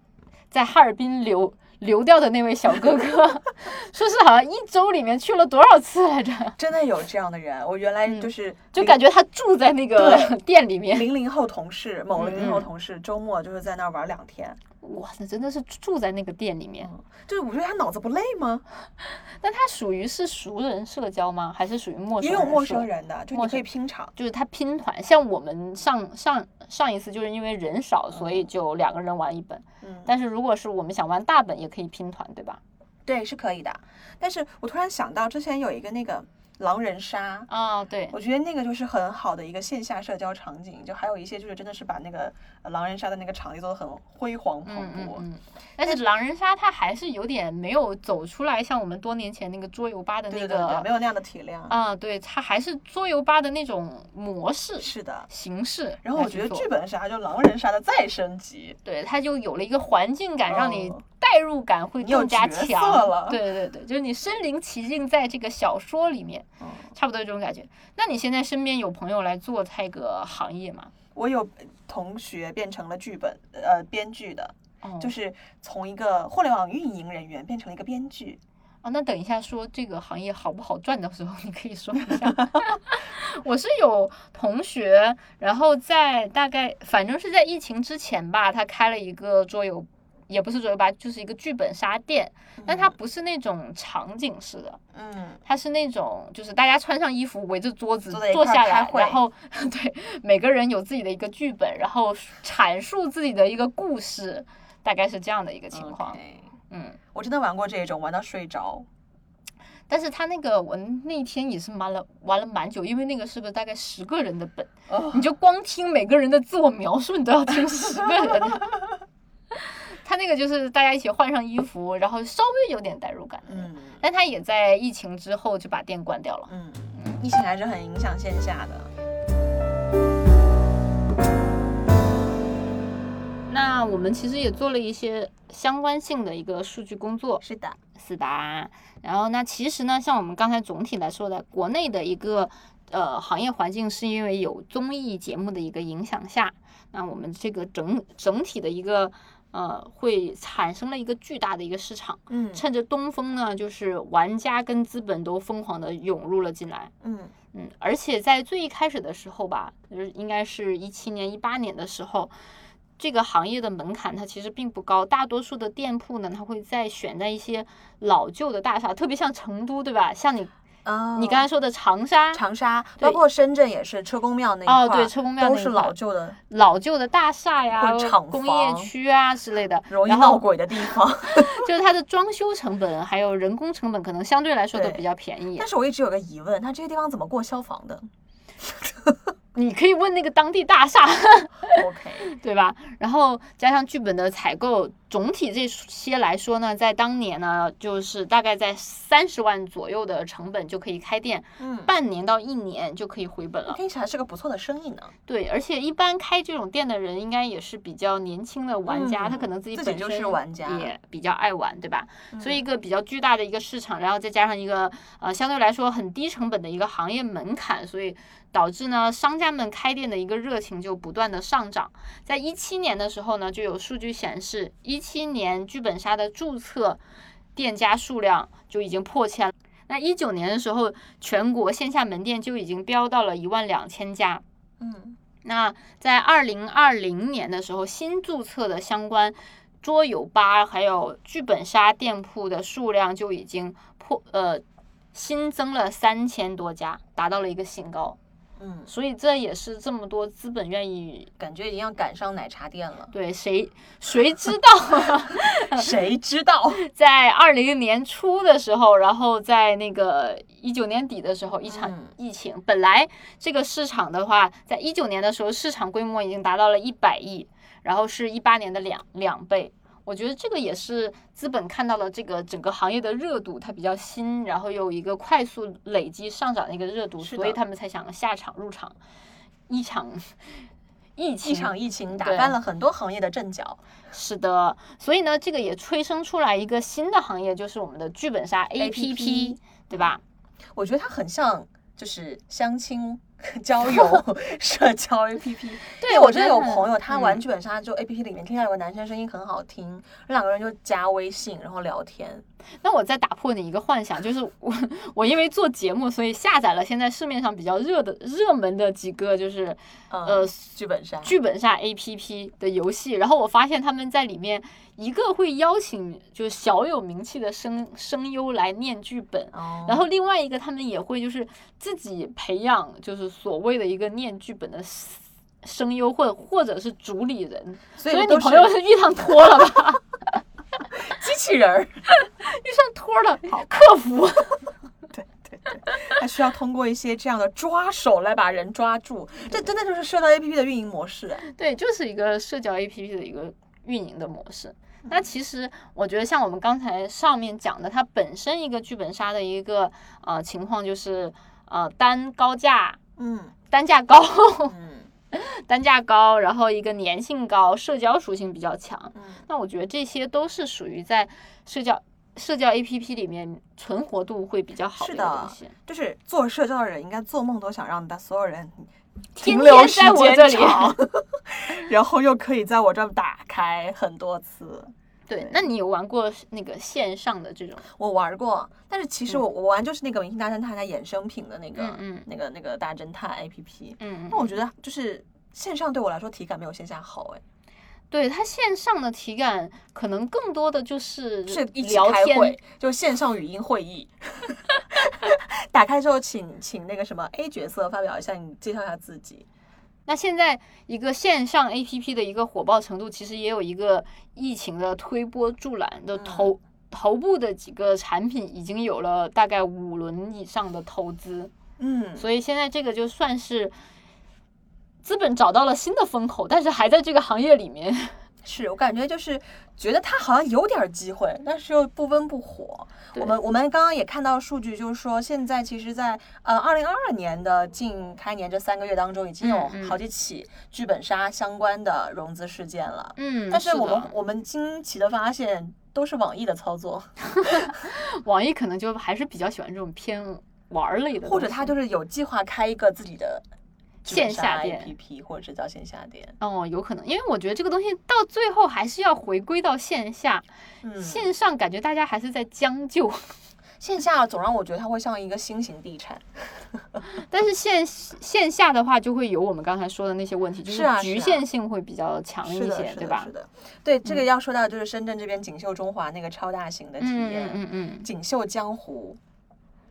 [SPEAKER 3] 在哈尔滨流流掉的那位小哥哥， <laughs> 说是好像一周里面去了多少次来着，
[SPEAKER 2] 真的有这样的人。我原来
[SPEAKER 3] 嗯
[SPEAKER 2] 就是
[SPEAKER 3] 就
[SPEAKER 2] 零
[SPEAKER 3] 感觉他住在那个 <laughs> 店里面。
[SPEAKER 2] 零零后同事，某零零
[SPEAKER 3] 嗯
[SPEAKER 2] 后
[SPEAKER 3] 嗯
[SPEAKER 2] 同事周末就是在那儿玩两天，
[SPEAKER 3] 哇塞，真的是住在那个店里面。
[SPEAKER 2] 就是我觉得他脑子不累吗？
[SPEAKER 3] 那他属于是熟人社交吗？还是属于陌生
[SPEAKER 2] 也
[SPEAKER 3] 人社？
[SPEAKER 2] 有陌生人的，就
[SPEAKER 3] 陌
[SPEAKER 2] 你可
[SPEAKER 3] 生
[SPEAKER 2] 以拼场，
[SPEAKER 3] 就是他拼团，像我们上上上一次就是因为人少，所以就两个人玩一本。
[SPEAKER 2] 嗯，
[SPEAKER 3] 但是如果是我们想玩大本，也可以拼团，对吧？
[SPEAKER 2] 对，是可以的。但是我突然想到，之前有一个那个狼人杀。
[SPEAKER 3] 啊，对，
[SPEAKER 2] 我觉得那个就是很好的一个线下社交场景，就还有一些就是真的是把那个呃狼人杀的那个场地做得很辉煌蓬
[SPEAKER 3] 嗯嗯
[SPEAKER 2] 勃。
[SPEAKER 3] 嗯，但是狼人杀它还是有点没有走出来，像我们多年前那个桌游吧的
[SPEAKER 2] 对
[SPEAKER 3] 那
[SPEAKER 2] 对对对，没
[SPEAKER 3] 个，
[SPEAKER 2] 有那样的体量。
[SPEAKER 3] 啊，对，它还是桌游吧的那种模式
[SPEAKER 2] 是的。
[SPEAKER 3] 形式来去做。
[SPEAKER 2] 然后我觉得剧本杀就狼人杀的再升级，
[SPEAKER 3] 对，它就有了一个环境感，让你
[SPEAKER 2] 哦
[SPEAKER 3] 代入感会
[SPEAKER 2] 你有
[SPEAKER 3] 更加
[SPEAKER 2] 角色
[SPEAKER 3] 强。
[SPEAKER 2] 了
[SPEAKER 3] 对对对，就是你身临其境在这个小说里面，
[SPEAKER 2] 嗯
[SPEAKER 3] 差不多这种感觉。那你现在身边有朋友来做这个行业吗？
[SPEAKER 2] 我有同学变成了剧本呃编剧的，
[SPEAKER 3] 哦，
[SPEAKER 2] 就是从一个互联网运营人员变成了一个编剧。
[SPEAKER 3] 哦，那等一下说这个行业好不好赚的时候，你可以说一下。 <laughs> 我是有同学，然后在大概反正是在疫情之前吧，他开了一个桌游，也不是桌游吧，就是一个剧本杀店，但它不是那种场景式的，
[SPEAKER 2] 嗯，
[SPEAKER 3] 它是那种就是大家穿上衣服围着桌子
[SPEAKER 2] 坐在一
[SPEAKER 3] 坐
[SPEAKER 2] 块儿
[SPEAKER 3] 下
[SPEAKER 2] 开
[SPEAKER 3] 来，
[SPEAKER 2] 会
[SPEAKER 3] 然后 <laughs> 对每个人有自己的一个剧本，然后阐述自己的一个故事，大概是这样的一个情况。
[SPEAKER 2] OK
[SPEAKER 3] 嗯，
[SPEAKER 2] 我真的玩过这种，玩到睡着。
[SPEAKER 3] 但是他那个我那天也是玩了玩了蛮久，因为那个是不是大概十个人的本， <laughs>
[SPEAKER 2] 哦
[SPEAKER 3] 你就光听每个人的自我描述，你都要听十个人。 <laughs> 他那个就是大家一起换上衣服，然后稍微有点代入感。，
[SPEAKER 2] 嗯
[SPEAKER 3] 但他也在疫情之后就把店关掉了。
[SPEAKER 2] 嗯，疫情还是很影响线下的。
[SPEAKER 3] 那我们其实也做了一些相关性的一个数据工作，
[SPEAKER 2] 是的，
[SPEAKER 3] 是吧？然后那其实呢，像我们刚才总体来说的，国内的一个呃行业环境是因为有综艺节目的一个影响下，那我们这个整整体的一个呃会产生了一个巨大的一个市场。
[SPEAKER 2] 嗯
[SPEAKER 3] 趁着东风呢，就是玩家跟资本都疯狂的涌入了进来。
[SPEAKER 2] 嗯
[SPEAKER 3] 嗯，而且在最一开始的时候吧，就是应该是一七年、一八年的时候，这个行业的门槛它其实并不高，大多数的店铺呢，它会在选在一些老旧的大厦，特别像成都，对吧？像你、
[SPEAKER 2] 啊
[SPEAKER 3] 你刚才说的长沙，
[SPEAKER 2] 长沙，
[SPEAKER 3] 对
[SPEAKER 2] 包括深圳也是车公庙那一
[SPEAKER 3] 哦
[SPEAKER 2] 块儿
[SPEAKER 3] 对车公庙
[SPEAKER 2] 都
[SPEAKER 3] 那一
[SPEAKER 2] 是
[SPEAKER 3] 块儿
[SPEAKER 2] 老旧的，
[SPEAKER 3] 老旧的大厦呀
[SPEAKER 2] 或者厂、
[SPEAKER 3] 工业
[SPEAKER 2] 房
[SPEAKER 3] 区啊之类的，
[SPEAKER 2] <laughs> 容易
[SPEAKER 3] 然
[SPEAKER 2] 闹
[SPEAKER 3] 后
[SPEAKER 2] 鬼的地方。
[SPEAKER 3] <laughs> 就是它的装修成本还有人工成本，可能相对来说都
[SPEAKER 2] 对
[SPEAKER 3] 比较便宜
[SPEAKER 2] 但。是我一直有个疑问，那这些地方怎么过消防
[SPEAKER 3] <laughs>
[SPEAKER 2] 的
[SPEAKER 3] 你可以问那个当地大厦。 <laughs>
[SPEAKER 2] ？OK，
[SPEAKER 3] 对吧？然后加上剧本的采购，总体这些来说呢，在当年呢，就是大概在三十万左右的成本就可以开店，
[SPEAKER 2] 嗯，
[SPEAKER 3] 半年到一年就可以回本了。
[SPEAKER 2] 听起来是个不错的生意呢。
[SPEAKER 3] 对，而且一般开这种店的人，应该也是比较年轻的玩家，
[SPEAKER 2] 嗯
[SPEAKER 3] 他可能自己
[SPEAKER 2] 自
[SPEAKER 3] 本
[SPEAKER 2] 己
[SPEAKER 3] 身
[SPEAKER 2] 就是玩家
[SPEAKER 3] 也比较爱玩，对吧？所以
[SPEAKER 2] 嗯
[SPEAKER 3] 一个比较巨大的一个市场，然后再加上一个呃相对来说很低成本的一个行业门槛，所以导致呢商家们开店的一个热情就不断的上涨。在一七年的时候呢，就有数据显示，一七年剧本杀的注册店家数量就已经破千了。那一九年的时候，全国线下门店就已经飙到了一万两千家。
[SPEAKER 2] 嗯
[SPEAKER 3] 那在二零二零年的时候，新注册的相关桌游吧还有剧本杀店铺的数量就已经破呃新增了三千多家，达到了一个新高。
[SPEAKER 2] 嗯，
[SPEAKER 3] 所以这也是这么多资本愿意。
[SPEAKER 2] 感觉已经要赶上奶茶店了
[SPEAKER 3] <laughs> 对谁谁知道 <laughs> 啊
[SPEAKER 2] 谁知
[SPEAKER 3] <laughs>
[SPEAKER 2] 道？
[SPEAKER 3] 在二零年初的时候，然后在那个一九年底的时候，一场
[SPEAKER 2] 嗯
[SPEAKER 3] 疫情，本来这个市场的话，在一九年的时候，市场规模已经达到了一百亿，然后是一八年的两两倍。我觉得这个也是资本看到了这个整个行业的热度，它比较新，然后有一个快速累积上涨的一个热度，
[SPEAKER 2] 是的
[SPEAKER 3] 所以他们才想下场入场，一场 <laughs> 疫情
[SPEAKER 2] 一场疫情打
[SPEAKER 3] 对
[SPEAKER 2] 翻了很多行业的阵脚。
[SPEAKER 3] 是的，所以呢，这个也催生出来一个新的行业，就是我们的剧本杀 APP，对吧？
[SPEAKER 2] 我觉得它很像就是相亲 <laughs> 交
[SPEAKER 3] <laughs>
[SPEAKER 2] 友社交 APP。因
[SPEAKER 3] 对
[SPEAKER 2] 为我真的有朋友，
[SPEAKER 3] 很
[SPEAKER 2] 他玩
[SPEAKER 3] 嗯
[SPEAKER 2] 剧本杀就 APP 里面听到有个男生声音很好听，两个人就加微信然后聊天。
[SPEAKER 3] 那我再打破你一个幻想，就是我我因为做节目，所以下载了现在市面上比较热的热门的几个就是
[SPEAKER 2] 嗯
[SPEAKER 3] 呃
[SPEAKER 2] 剧本杀。
[SPEAKER 3] 剧本杀 APP 的游戏，然后我发现他们在里面一个会邀请就是小有名气的声声优来念剧本，
[SPEAKER 2] 哦
[SPEAKER 3] 然后另外一个，他们也会就是自己培养，就是所谓的一个念剧本的声优，或或者是主理人。
[SPEAKER 2] 所
[SPEAKER 3] 所
[SPEAKER 2] 以
[SPEAKER 3] 以
[SPEAKER 2] 都
[SPEAKER 3] 你朋友
[SPEAKER 2] 是
[SPEAKER 3] 是遇上托了吧？
[SPEAKER 2] 机器人儿。
[SPEAKER 3] <laughs> 遇上托了，客服。
[SPEAKER 2] <laughs> 对对对，还需要通过一些这样的抓手来把人抓住，这真的就是社交 APP 的运营模式。啊
[SPEAKER 3] 对，就是一个社交 APP 的一个运营的模式。那其实我觉得，像我们刚才上面讲的，它本身一个剧本杀的一个呃情况就是，呃单高价、
[SPEAKER 2] 嗯
[SPEAKER 3] 单价高、
[SPEAKER 2] 嗯
[SPEAKER 3] 单价高，然后一个粘性高，社交属性比较强。
[SPEAKER 2] 嗯，
[SPEAKER 3] 那我觉得这些都是属于在社交社交 APP 里面存活度会比较好
[SPEAKER 2] 是
[SPEAKER 3] 一个
[SPEAKER 2] 的
[SPEAKER 3] 东西。
[SPEAKER 2] 就是做社交的人应该做梦都想让大所有人
[SPEAKER 3] 天
[SPEAKER 2] 停留
[SPEAKER 3] 天
[SPEAKER 2] 时
[SPEAKER 3] 在我这
[SPEAKER 2] 间
[SPEAKER 3] 里 <laughs>
[SPEAKER 2] 长，然后又可以在我这儿打开很多次。
[SPEAKER 3] 对，那你有玩过那个线上的这种？
[SPEAKER 2] 我玩过，但是其实我、我玩就是那个《明星大侦探》它衍生品的那个、
[SPEAKER 3] 嗯嗯
[SPEAKER 2] 那个那个大侦探 APP。
[SPEAKER 3] 嗯
[SPEAKER 2] 那，我觉得就是线上对我来说体感没有线下好哎，
[SPEAKER 3] 对，它线上的体感可能更多的就是
[SPEAKER 2] 是一起
[SPEAKER 3] 嗯聊
[SPEAKER 2] 开
[SPEAKER 3] 天
[SPEAKER 2] 会，，就线上语音会议。 <laughs> 打开之后请请那个什么 A 角色发表一下，你介绍一下自己。
[SPEAKER 3] 那现在一个线上 APP 的一个火爆程度，其实也有一个疫情的推波助澜
[SPEAKER 2] 嗯
[SPEAKER 3] 的头、头部的几个产品已经有了大概五轮以上的投资，
[SPEAKER 2] 嗯，
[SPEAKER 3] 所以现在这个就算是资本找到了新的风口，但是还在这个行业里面。
[SPEAKER 2] 是我感觉就是觉得它好像有点机会，但是又不温不火。
[SPEAKER 3] 对
[SPEAKER 2] 我们我们刚刚也看到数据，就是说现在其实在，呃二零二二年的近开年这三个月当中，已经有
[SPEAKER 3] 嗯嗯
[SPEAKER 2] 好几起剧本杀相关的融资事件了。
[SPEAKER 3] 嗯，
[SPEAKER 2] 但是我们
[SPEAKER 3] 的
[SPEAKER 2] 我们惊奇的发现，都是网易的操作，
[SPEAKER 3] 网易可能就还是比较喜欢这种偏玩儿类的东西，
[SPEAKER 2] 或者他就是有计划开一个自己的剧本
[SPEAKER 3] 线
[SPEAKER 2] 杀
[SPEAKER 3] 下店
[SPEAKER 2] APP，或者是叫线下店。
[SPEAKER 3] 哦，有可能，因为我觉得这个东西到最后还是要回归到线下，
[SPEAKER 2] 嗯，
[SPEAKER 3] 线上感觉大家还是在将就，
[SPEAKER 2] 线下总让我觉得它会像一个新型地产。
[SPEAKER 3] 但是线线下的话就会有我们刚才说的那些问题，就是
[SPEAKER 2] 啊
[SPEAKER 3] 局
[SPEAKER 2] 是啊
[SPEAKER 3] 限性会比较强一
[SPEAKER 2] 是的，
[SPEAKER 3] 些，
[SPEAKER 2] 是
[SPEAKER 3] 对
[SPEAKER 2] 的，
[SPEAKER 3] 吧
[SPEAKER 2] 是？的，对这个要说到就是深圳这边锦绣中华那个超大型的体
[SPEAKER 3] 嗯
[SPEAKER 2] 验，
[SPEAKER 3] 嗯嗯嗯。
[SPEAKER 2] 锦绣江湖，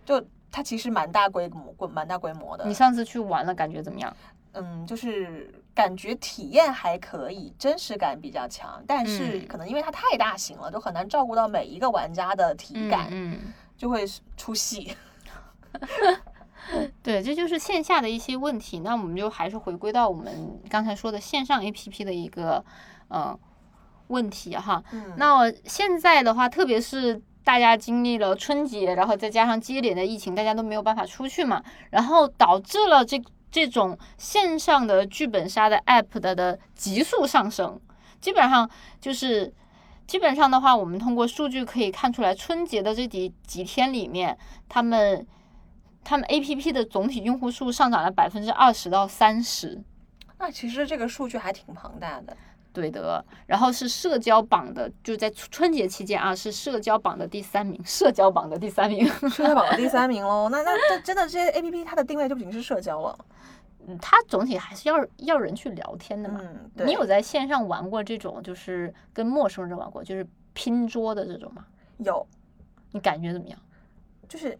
[SPEAKER 2] 就它其实蛮大规模，蛮大规模的
[SPEAKER 3] 你。上次去玩了，感觉怎么样？
[SPEAKER 2] 嗯，就是感觉体验还可以，真实感比较强，但是
[SPEAKER 3] 嗯
[SPEAKER 2] 可能因为它太大型了，就很难照顾到每一个玩家的体感，
[SPEAKER 3] 嗯，
[SPEAKER 2] 就会出
[SPEAKER 3] <laughs>
[SPEAKER 2] 戏。
[SPEAKER 3] 嗯对，这就是线下的一些问题。那我们就还是回归到我们刚才说的线上 APP 的一个呃问题哈。
[SPEAKER 2] 嗯
[SPEAKER 3] 那我现在的话，特别是大家经历了春节，然后再加上接连的疫情，大家都没有办法出去嘛，然后导致了这这种线上的剧本杀的 app 的的急速上升，基本上就是。基本上的话，我们通过数据可以看出来，春节的这几几天里面，他们他们 A P P 的总体用户数上涨了百分之二十到三十，
[SPEAKER 2] 那其实这个数据还挺庞大
[SPEAKER 3] <laughs>
[SPEAKER 2] 的。
[SPEAKER 3] 对的，然后是社交榜的，就在春春节期间啊，是社交榜的第三名，社交榜的第三名， <laughs>
[SPEAKER 2] 社交榜的第三名喽，那那那真的这些 A P P 它的定位就不仅是社交了。
[SPEAKER 3] 嗯它总体还是要要人去聊天的嘛。
[SPEAKER 2] 嗯，对。
[SPEAKER 3] 你有在线上玩过这种，就是跟陌生人玩过，就是拼桌的这种吗？
[SPEAKER 2] 有
[SPEAKER 3] 你感觉怎么样？
[SPEAKER 2] 就是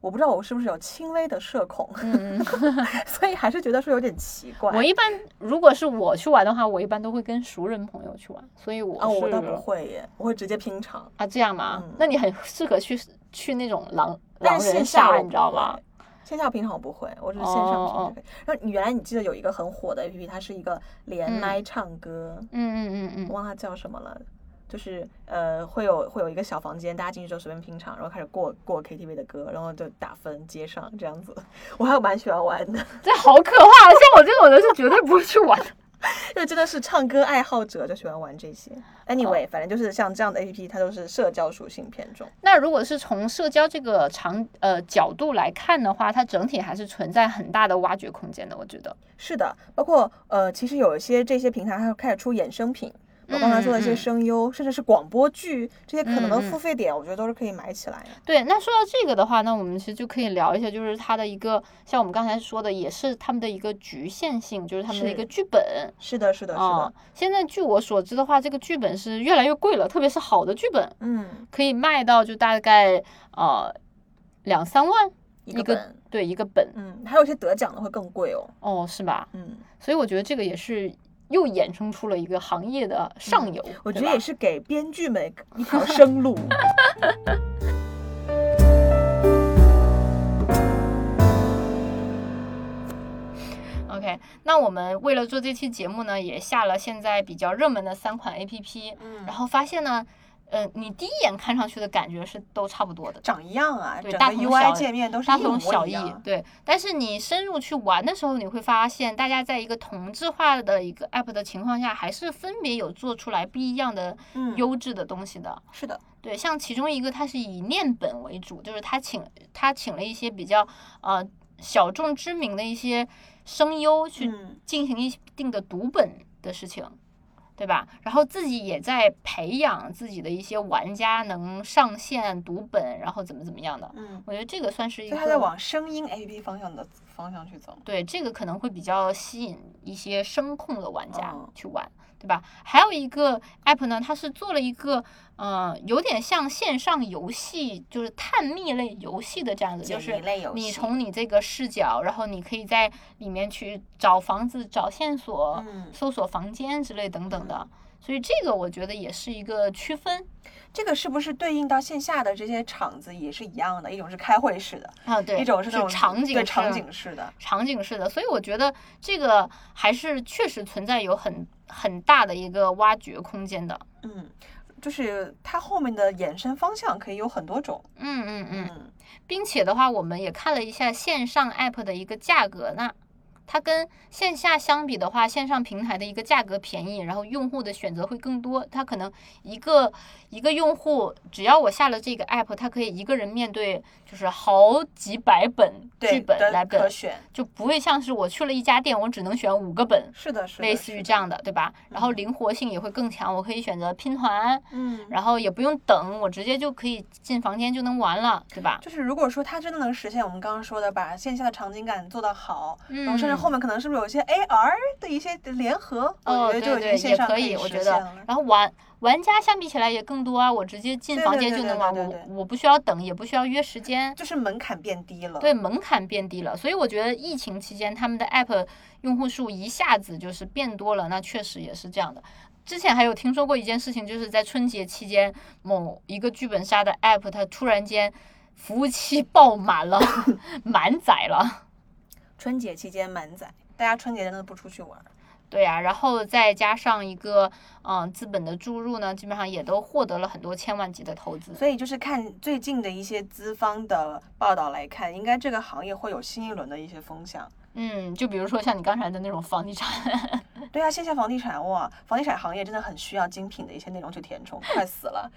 [SPEAKER 2] 我不知道我是不是有轻微的社恐，
[SPEAKER 3] 嗯，
[SPEAKER 2] <laughs> 所以还是觉得说有点奇怪。
[SPEAKER 3] 我一般如果是我去玩的话，我一般都会跟熟人朋友去玩，所以我
[SPEAKER 2] 啊，我
[SPEAKER 3] 是
[SPEAKER 2] 倒不会耶，我会直接拼场。
[SPEAKER 3] 啊这样吗？
[SPEAKER 2] 嗯
[SPEAKER 3] 那你很适合去去那种狼狼
[SPEAKER 2] 但是
[SPEAKER 3] 人
[SPEAKER 2] 线下
[SPEAKER 3] 杀，
[SPEAKER 2] 我
[SPEAKER 3] 你知道
[SPEAKER 2] 不会
[SPEAKER 3] 吗？？
[SPEAKER 2] 线下平常我不会，我只是线
[SPEAKER 3] 哦
[SPEAKER 2] 上
[SPEAKER 3] 哦
[SPEAKER 2] 平时。那、你原来你记得有一个很火的 A P P，它是一个连
[SPEAKER 3] 嗯
[SPEAKER 2] 麦唱歌，
[SPEAKER 3] 嗯嗯嗯
[SPEAKER 2] 我
[SPEAKER 3] 嗯，
[SPEAKER 2] 忘了它叫什么了。就是呃，会有会有一个小房间，大家进去之后随便拼场，然后开始过过 K T V 的歌，然后就打分接上这样子，我还蛮喜欢玩的。
[SPEAKER 3] 嗯这好可怕！啊像我这种人是绝对不会去玩的
[SPEAKER 2] 就真的是唱歌爱好者就喜欢玩这些。Anyway，、反正就是像这样的 A P P，它都是社交属性偏重。
[SPEAKER 3] 那如果是从社交这个长呃角度来看的话，它整体还是存在很大的挖掘空间的，我觉得。
[SPEAKER 2] 是的，包括呃，其实有一些这些平台它开始出衍生品，我刚才说的一
[SPEAKER 3] 嗯嗯
[SPEAKER 2] 些
[SPEAKER 3] 嗯
[SPEAKER 2] 声优，甚至是广播剧这些可能的
[SPEAKER 3] 嗯嗯
[SPEAKER 2] 付费点，我觉得都是可以买起来的。
[SPEAKER 3] 对，那说到这个的话，那我们其实就可以聊一下，就是它的一个像我们刚才说的，也是他们的一个局限性，就是他们的一
[SPEAKER 2] 是
[SPEAKER 3] 个剧本。
[SPEAKER 2] 是的，是的，是
[SPEAKER 3] 啊、
[SPEAKER 2] 的，
[SPEAKER 3] 现在据我所知的话，这个剧本是越来越贵了，特别是好的剧本，
[SPEAKER 2] 嗯，
[SPEAKER 3] 可以卖到就大概呃两三万，
[SPEAKER 2] 一
[SPEAKER 3] 一
[SPEAKER 2] 个
[SPEAKER 3] 个
[SPEAKER 2] 本，
[SPEAKER 3] 对一个本
[SPEAKER 2] 嗯，还有一些得奖的会更贵哦，
[SPEAKER 3] 哦，是吧？
[SPEAKER 2] 嗯，
[SPEAKER 3] 所以我觉得这个也是又衍生出了一个行业的上游，
[SPEAKER 2] 嗯我觉
[SPEAKER 3] 对
[SPEAKER 2] 得
[SPEAKER 3] 吧
[SPEAKER 2] 也是给编剧们一条
[SPEAKER 3] <laughs>
[SPEAKER 2] 生路。
[SPEAKER 3] OK，那我们为了做这期节目呢，也下了现在比较热门的三款 APP，
[SPEAKER 2] 嗯
[SPEAKER 3] 然后发现呢，呃，你第一眼看上去的感觉是都差不多的，
[SPEAKER 2] 长一样啊，
[SPEAKER 3] 对
[SPEAKER 2] 整
[SPEAKER 3] 大
[SPEAKER 2] 个
[SPEAKER 3] 同小
[SPEAKER 2] UI 界面都是
[SPEAKER 3] 大
[SPEAKER 2] 一
[SPEAKER 3] 同
[SPEAKER 2] 模
[SPEAKER 3] 小
[SPEAKER 2] 一
[SPEAKER 3] 异
[SPEAKER 2] 样，。啊
[SPEAKER 3] 对。但是你深入去玩的时候，你会发现，大家在一个同质化的一个 app 的情况下，还是分别有做出来不一样的
[SPEAKER 2] 嗯，
[SPEAKER 3] 优质的东西的。
[SPEAKER 2] 是的，
[SPEAKER 3] 对，像其中一个，它是以念本为主，就是他请他请了一些比较呃小众知名的一些声优去
[SPEAKER 2] 嗯
[SPEAKER 3] 进行一定的读本的事情，对吧？然后自己也在培养自己的一些玩家能上线读本，然后怎么怎么样的。
[SPEAKER 2] 嗯，
[SPEAKER 3] 我觉得这个算是一
[SPEAKER 2] 所以它在
[SPEAKER 3] 个
[SPEAKER 2] 往声音 APP 方向的方向去走。
[SPEAKER 3] 对这个可能会比较吸引一些声控的玩家
[SPEAKER 2] 嗯
[SPEAKER 3] 去玩，对吧？还有一个 app 呢，它是做了一个呃，有点像线上游戏，就是探秘类游戏的这样子，就
[SPEAKER 2] 解谜
[SPEAKER 3] 是
[SPEAKER 2] 类游
[SPEAKER 3] 你
[SPEAKER 2] 戏
[SPEAKER 3] 从你这个视角，然后你可以在里面去找房子、找线索、
[SPEAKER 2] 嗯，
[SPEAKER 3] 搜索房间之类等等的。所以这个我觉得也是一个区分
[SPEAKER 2] 这个是不是对应到线下的这些场子也是一样的？一种是开会式的，
[SPEAKER 3] 啊，对，
[SPEAKER 2] 一种是那种
[SPEAKER 3] 场景
[SPEAKER 2] 对
[SPEAKER 3] 式
[SPEAKER 2] 场景式的。
[SPEAKER 3] 场景式的，所以我觉得这个还是确实存在有很很大的一个挖掘空间的。
[SPEAKER 2] 嗯，就是它后面的衍生方向可以有很多种。
[SPEAKER 3] 嗯嗯嗯，
[SPEAKER 2] 嗯
[SPEAKER 3] 并且的话，我们也看了一下线上 app 的一个价格，那它跟线下相比的话，线上平台的一个价格便宜，然后用户的选择会更多。它可能一个一个用户，只要我下了这个 app，它可以一个人面对就是好几百本剧
[SPEAKER 2] 对
[SPEAKER 3] 本
[SPEAKER 2] 的
[SPEAKER 3] 来
[SPEAKER 2] 可
[SPEAKER 3] 本，
[SPEAKER 2] 选，
[SPEAKER 3] 就不会像是我去了一家店，我只能选五个本。
[SPEAKER 2] 是的，是的，
[SPEAKER 3] 类似
[SPEAKER 2] 是
[SPEAKER 3] 于
[SPEAKER 2] 的
[SPEAKER 3] 这，样的，对吧？然后
[SPEAKER 2] 嗯
[SPEAKER 3] 灵活性也会更强，我可以选择拼团，
[SPEAKER 2] 嗯，
[SPEAKER 3] 然后也不用等，我直接就可以进房间就能玩了，对吧？
[SPEAKER 2] 就是如果说它真的能实现我们刚刚说的，把线下的场景感做到好，然后
[SPEAKER 3] 嗯，
[SPEAKER 2] 甚至后面可能是不是有一些 AR 的一些联合，
[SPEAKER 3] 哦，
[SPEAKER 2] 我觉得
[SPEAKER 3] 对
[SPEAKER 2] 就已
[SPEAKER 3] 对，
[SPEAKER 2] 经线
[SPEAKER 3] 也
[SPEAKER 2] 上
[SPEAKER 3] 可
[SPEAKER 2] 以
[SPEAKER 3] 我
[SPEAKER 2] 实
[SPEAKER 3] 觉
[SPEAKER 2] 现
[SPEAKER 3] 得
[SPEAKER 2] 了。。
[SPEAKER 3] 然后玩玩家相比起来也更多啊，我直接进
[SPEAKER 2] 对
[SPEAKER 3] 房
[SPEAKER 2] 对
[SPEAKER 3] 间
[SPEAKER 2] 对
[SPEAKER 3] 就
[SPEAKER 2] 对
[SPEAKER 3] 能
[SPEAKER 2] 对
[SPEAKER 3] 玩，
[SPEAKER 2] 对
[SPEAKER 3] 我
[SPEAKER 2] 对
[SPEAKER 3] 我不需要等，也不需要约时间，
[SPEAKER 2] 就是门槛变低了，
[SPEAKER 3] 对，门槛变低了。所以我觉得疫情期间他们的 app 用户数一下子就是变多了，那确实也是这样的。之前还有听说过一件事情，就是在春节期间，某一个剧本杀的 app 它突然间服务器 <laughs> 爆满了，满载了。
[SPEAKER 2] 春节期间满载，大家春节真的不出去玩儿，
[SPEAKER 3] 对呀、然后再加上一个嗯、呃资本的注入呢，基本上也都获得了很多千万级的投资。
[SPEAKER 2] 所以就是看最近的一些资方的报道来看，应该这个行业会有新一轮的一些风向。
[SPEAKER 3] 嗯，就比如说像你刚才的那种房地产，
[SPEAKER 2] 对啊，线下房地产哇，房地产行业真的很需要精品的一些内容去填充，快死
[SPEAKER 3] <laughs>
[SPEAKER 2] 了。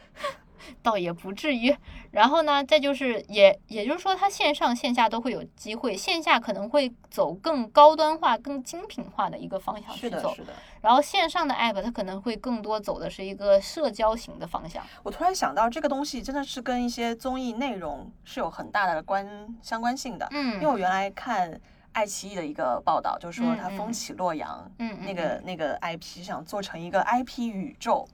[SPEAKER 3] 倒也不至于。然后呢，再就是也也就是说，它线上线下都会有机会，线下可能会走更高端化、更精品化的一个方向去
[SPEAKER 2] 是的，
[SPEAKER 3] 走，
[SPEAKER 2] 是的。
[SPEAKER 3] 然后线上的 app 它可能会更多走的是一个社交型的方向。
[SPEAKER 2] 我突然想到，这个东西真的是跟一些综艺内容是有很大的关相关性的。因为
[SPEAKER 3] 嗯
[SPEAKER 2] 我原来看爱奇艺的一个报道，就说
[SPEAKER 3] 嗯
[SPEAKER 2] 它
[SPEAKER 3] 嗯
[SPEAKER 2] 风起洛阳，
[SPEAKER 3] 嗯，
[SPEAKER 2] 那
[SPEAKER 3] 嗯
[SPEAKER 2] 个那个 IP 想做成一个 IP 宇宙，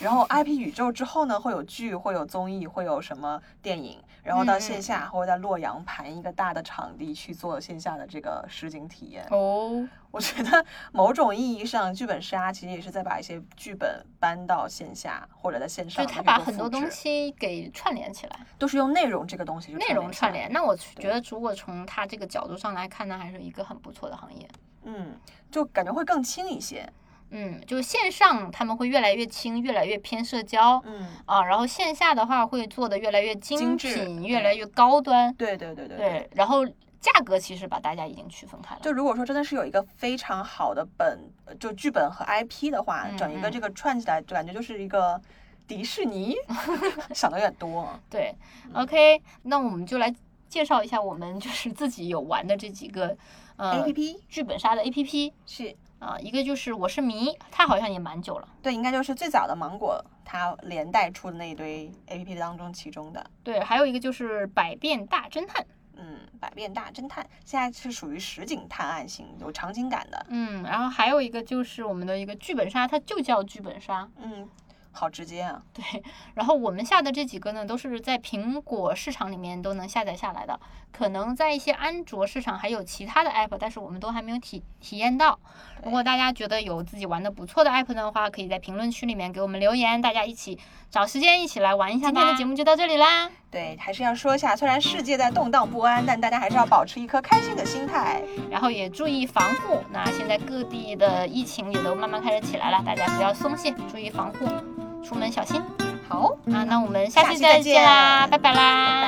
[SPEAKER 2] 然后 IP 宇宙之后呢，会有剧，会有综艺，会有什么电影，然后
[SPEAKER 3] 嗯
[SPEAKER 2] 到
[SPEAKER 3] 嗯
[SPEAKER 2] 线下会在洛阳盘一个大的场地去做线下的这个实景体验。
[SPEAKER 3] 哦，
[SPEAKER 2] 我觉得某种意义上，剧本杀其实也是在把一些剧本搬到线下或者在线
[SPEAKER 3] 就
[SPEAKER 2] 上
[SPEAKER 3] 是
[SPEAKER 2] 的去做复制，
[SPEAKER 3] 它把很多东西给串联起来。
[SPEAKER 2] 都是用内容这个东西去
[SPEAKER 3] 内容
[SPEAKER 2] 起来
[SPEAKER 3] 串联。。那我觉
[SPEAKER 2] 对
[SPEAKER 3] 得，如果从它这个角度上来看呢，还是一个很不错的行业。
[SPEAKER 2] 嗯，就感觉会更轻一些。
[SPEAKER 3] 嗯，就是线上他们会越来越轻，越来越偏社交。
[SPEAKER 2] 嗯，
[SPEAKER 3] 啊，然后线下的话会做的越来越精
[SPEAKER 2] 精致
[SPEAKER 3] 品，
[SPEAKER 2] 对
[SPEAKER 3] 越来越高端，
[SPEAKER 2] 对对对对
[SPEAKER 3] 对，然后价格其实把大家已经区分开了，
[SPEAKER 2] 就如果说真的是有一个非常好的本，呃就剧本和 IP 的话，
[SPEAKER 3] 嗯
[SPEAKER 2] 整一个
[SPEAKER 3] 嗯
[SPEAKER 2] 这个串起来，就感觉就是一个迪士
[SPEAKER 3] <laughs>
[SPEAKER 2] 尼，想的有点多。啊
[SPEAKER 3] 对，OK，那
[SPEAKER 2] 嗯
[SPEAKER 3] 我们就来介绍一下我们就是自己有玩的这几个呃
[SPEAKER 2] APP
[SPEAKER 3] 剧本杀的 APP
[SPEAKER 2] 是
[SPEAKER 3] 啊、一个就是我是迷，它好像也蛮久了，
[SPEAKER 2] 对，应该就是最早的芒果它连带出的那一堆 APP 当中其中的，
[SPEAKER 3] 对，还有一个就是百变大侦探，
[SPEAKER 2] 嗯，百变大侦探现在是属于实景探案型，有场景感的，
[SPEAKER 3] 嗯，然后还有一个就是我们的一个剧本杀，它就叫剧本杀，
[SPEAKER 2] 嗯。好直接啊！
[SPEAKER 3] 然后我们下的这几个呢，都是在苹果市场里面都能下载下来的，可能在一些安卓市场还有其他的 app，但是我们都还没有体体验到。如果大家觉得有自己玩的不错的 app 的话，可以在评论区里面给我们留言，大家一起找时间一起来玩一下吧。今天的节目就到这里啦，
[SPEAKER 2] 对，还是要说一下，虽然世界在动荡不安，但大家还是要保持一颗开心的心态。
[SPEAKER 3] 然后也注意防护。那现在各地的疫情也都慢慢开始起来了，大家不要松懈，注意防护，出门小心。
[SPEAKER 2] 好，
[SPEAKER 3] 啊，那我们
[SPEAKER 2] 下
[SPEAKER 3] 下期
[SPEAKER 2] 期再
[SPEAKER 3] 再见啦，
[SPEAKER 2] 见
[SPEAKER 3] 拜拜啦。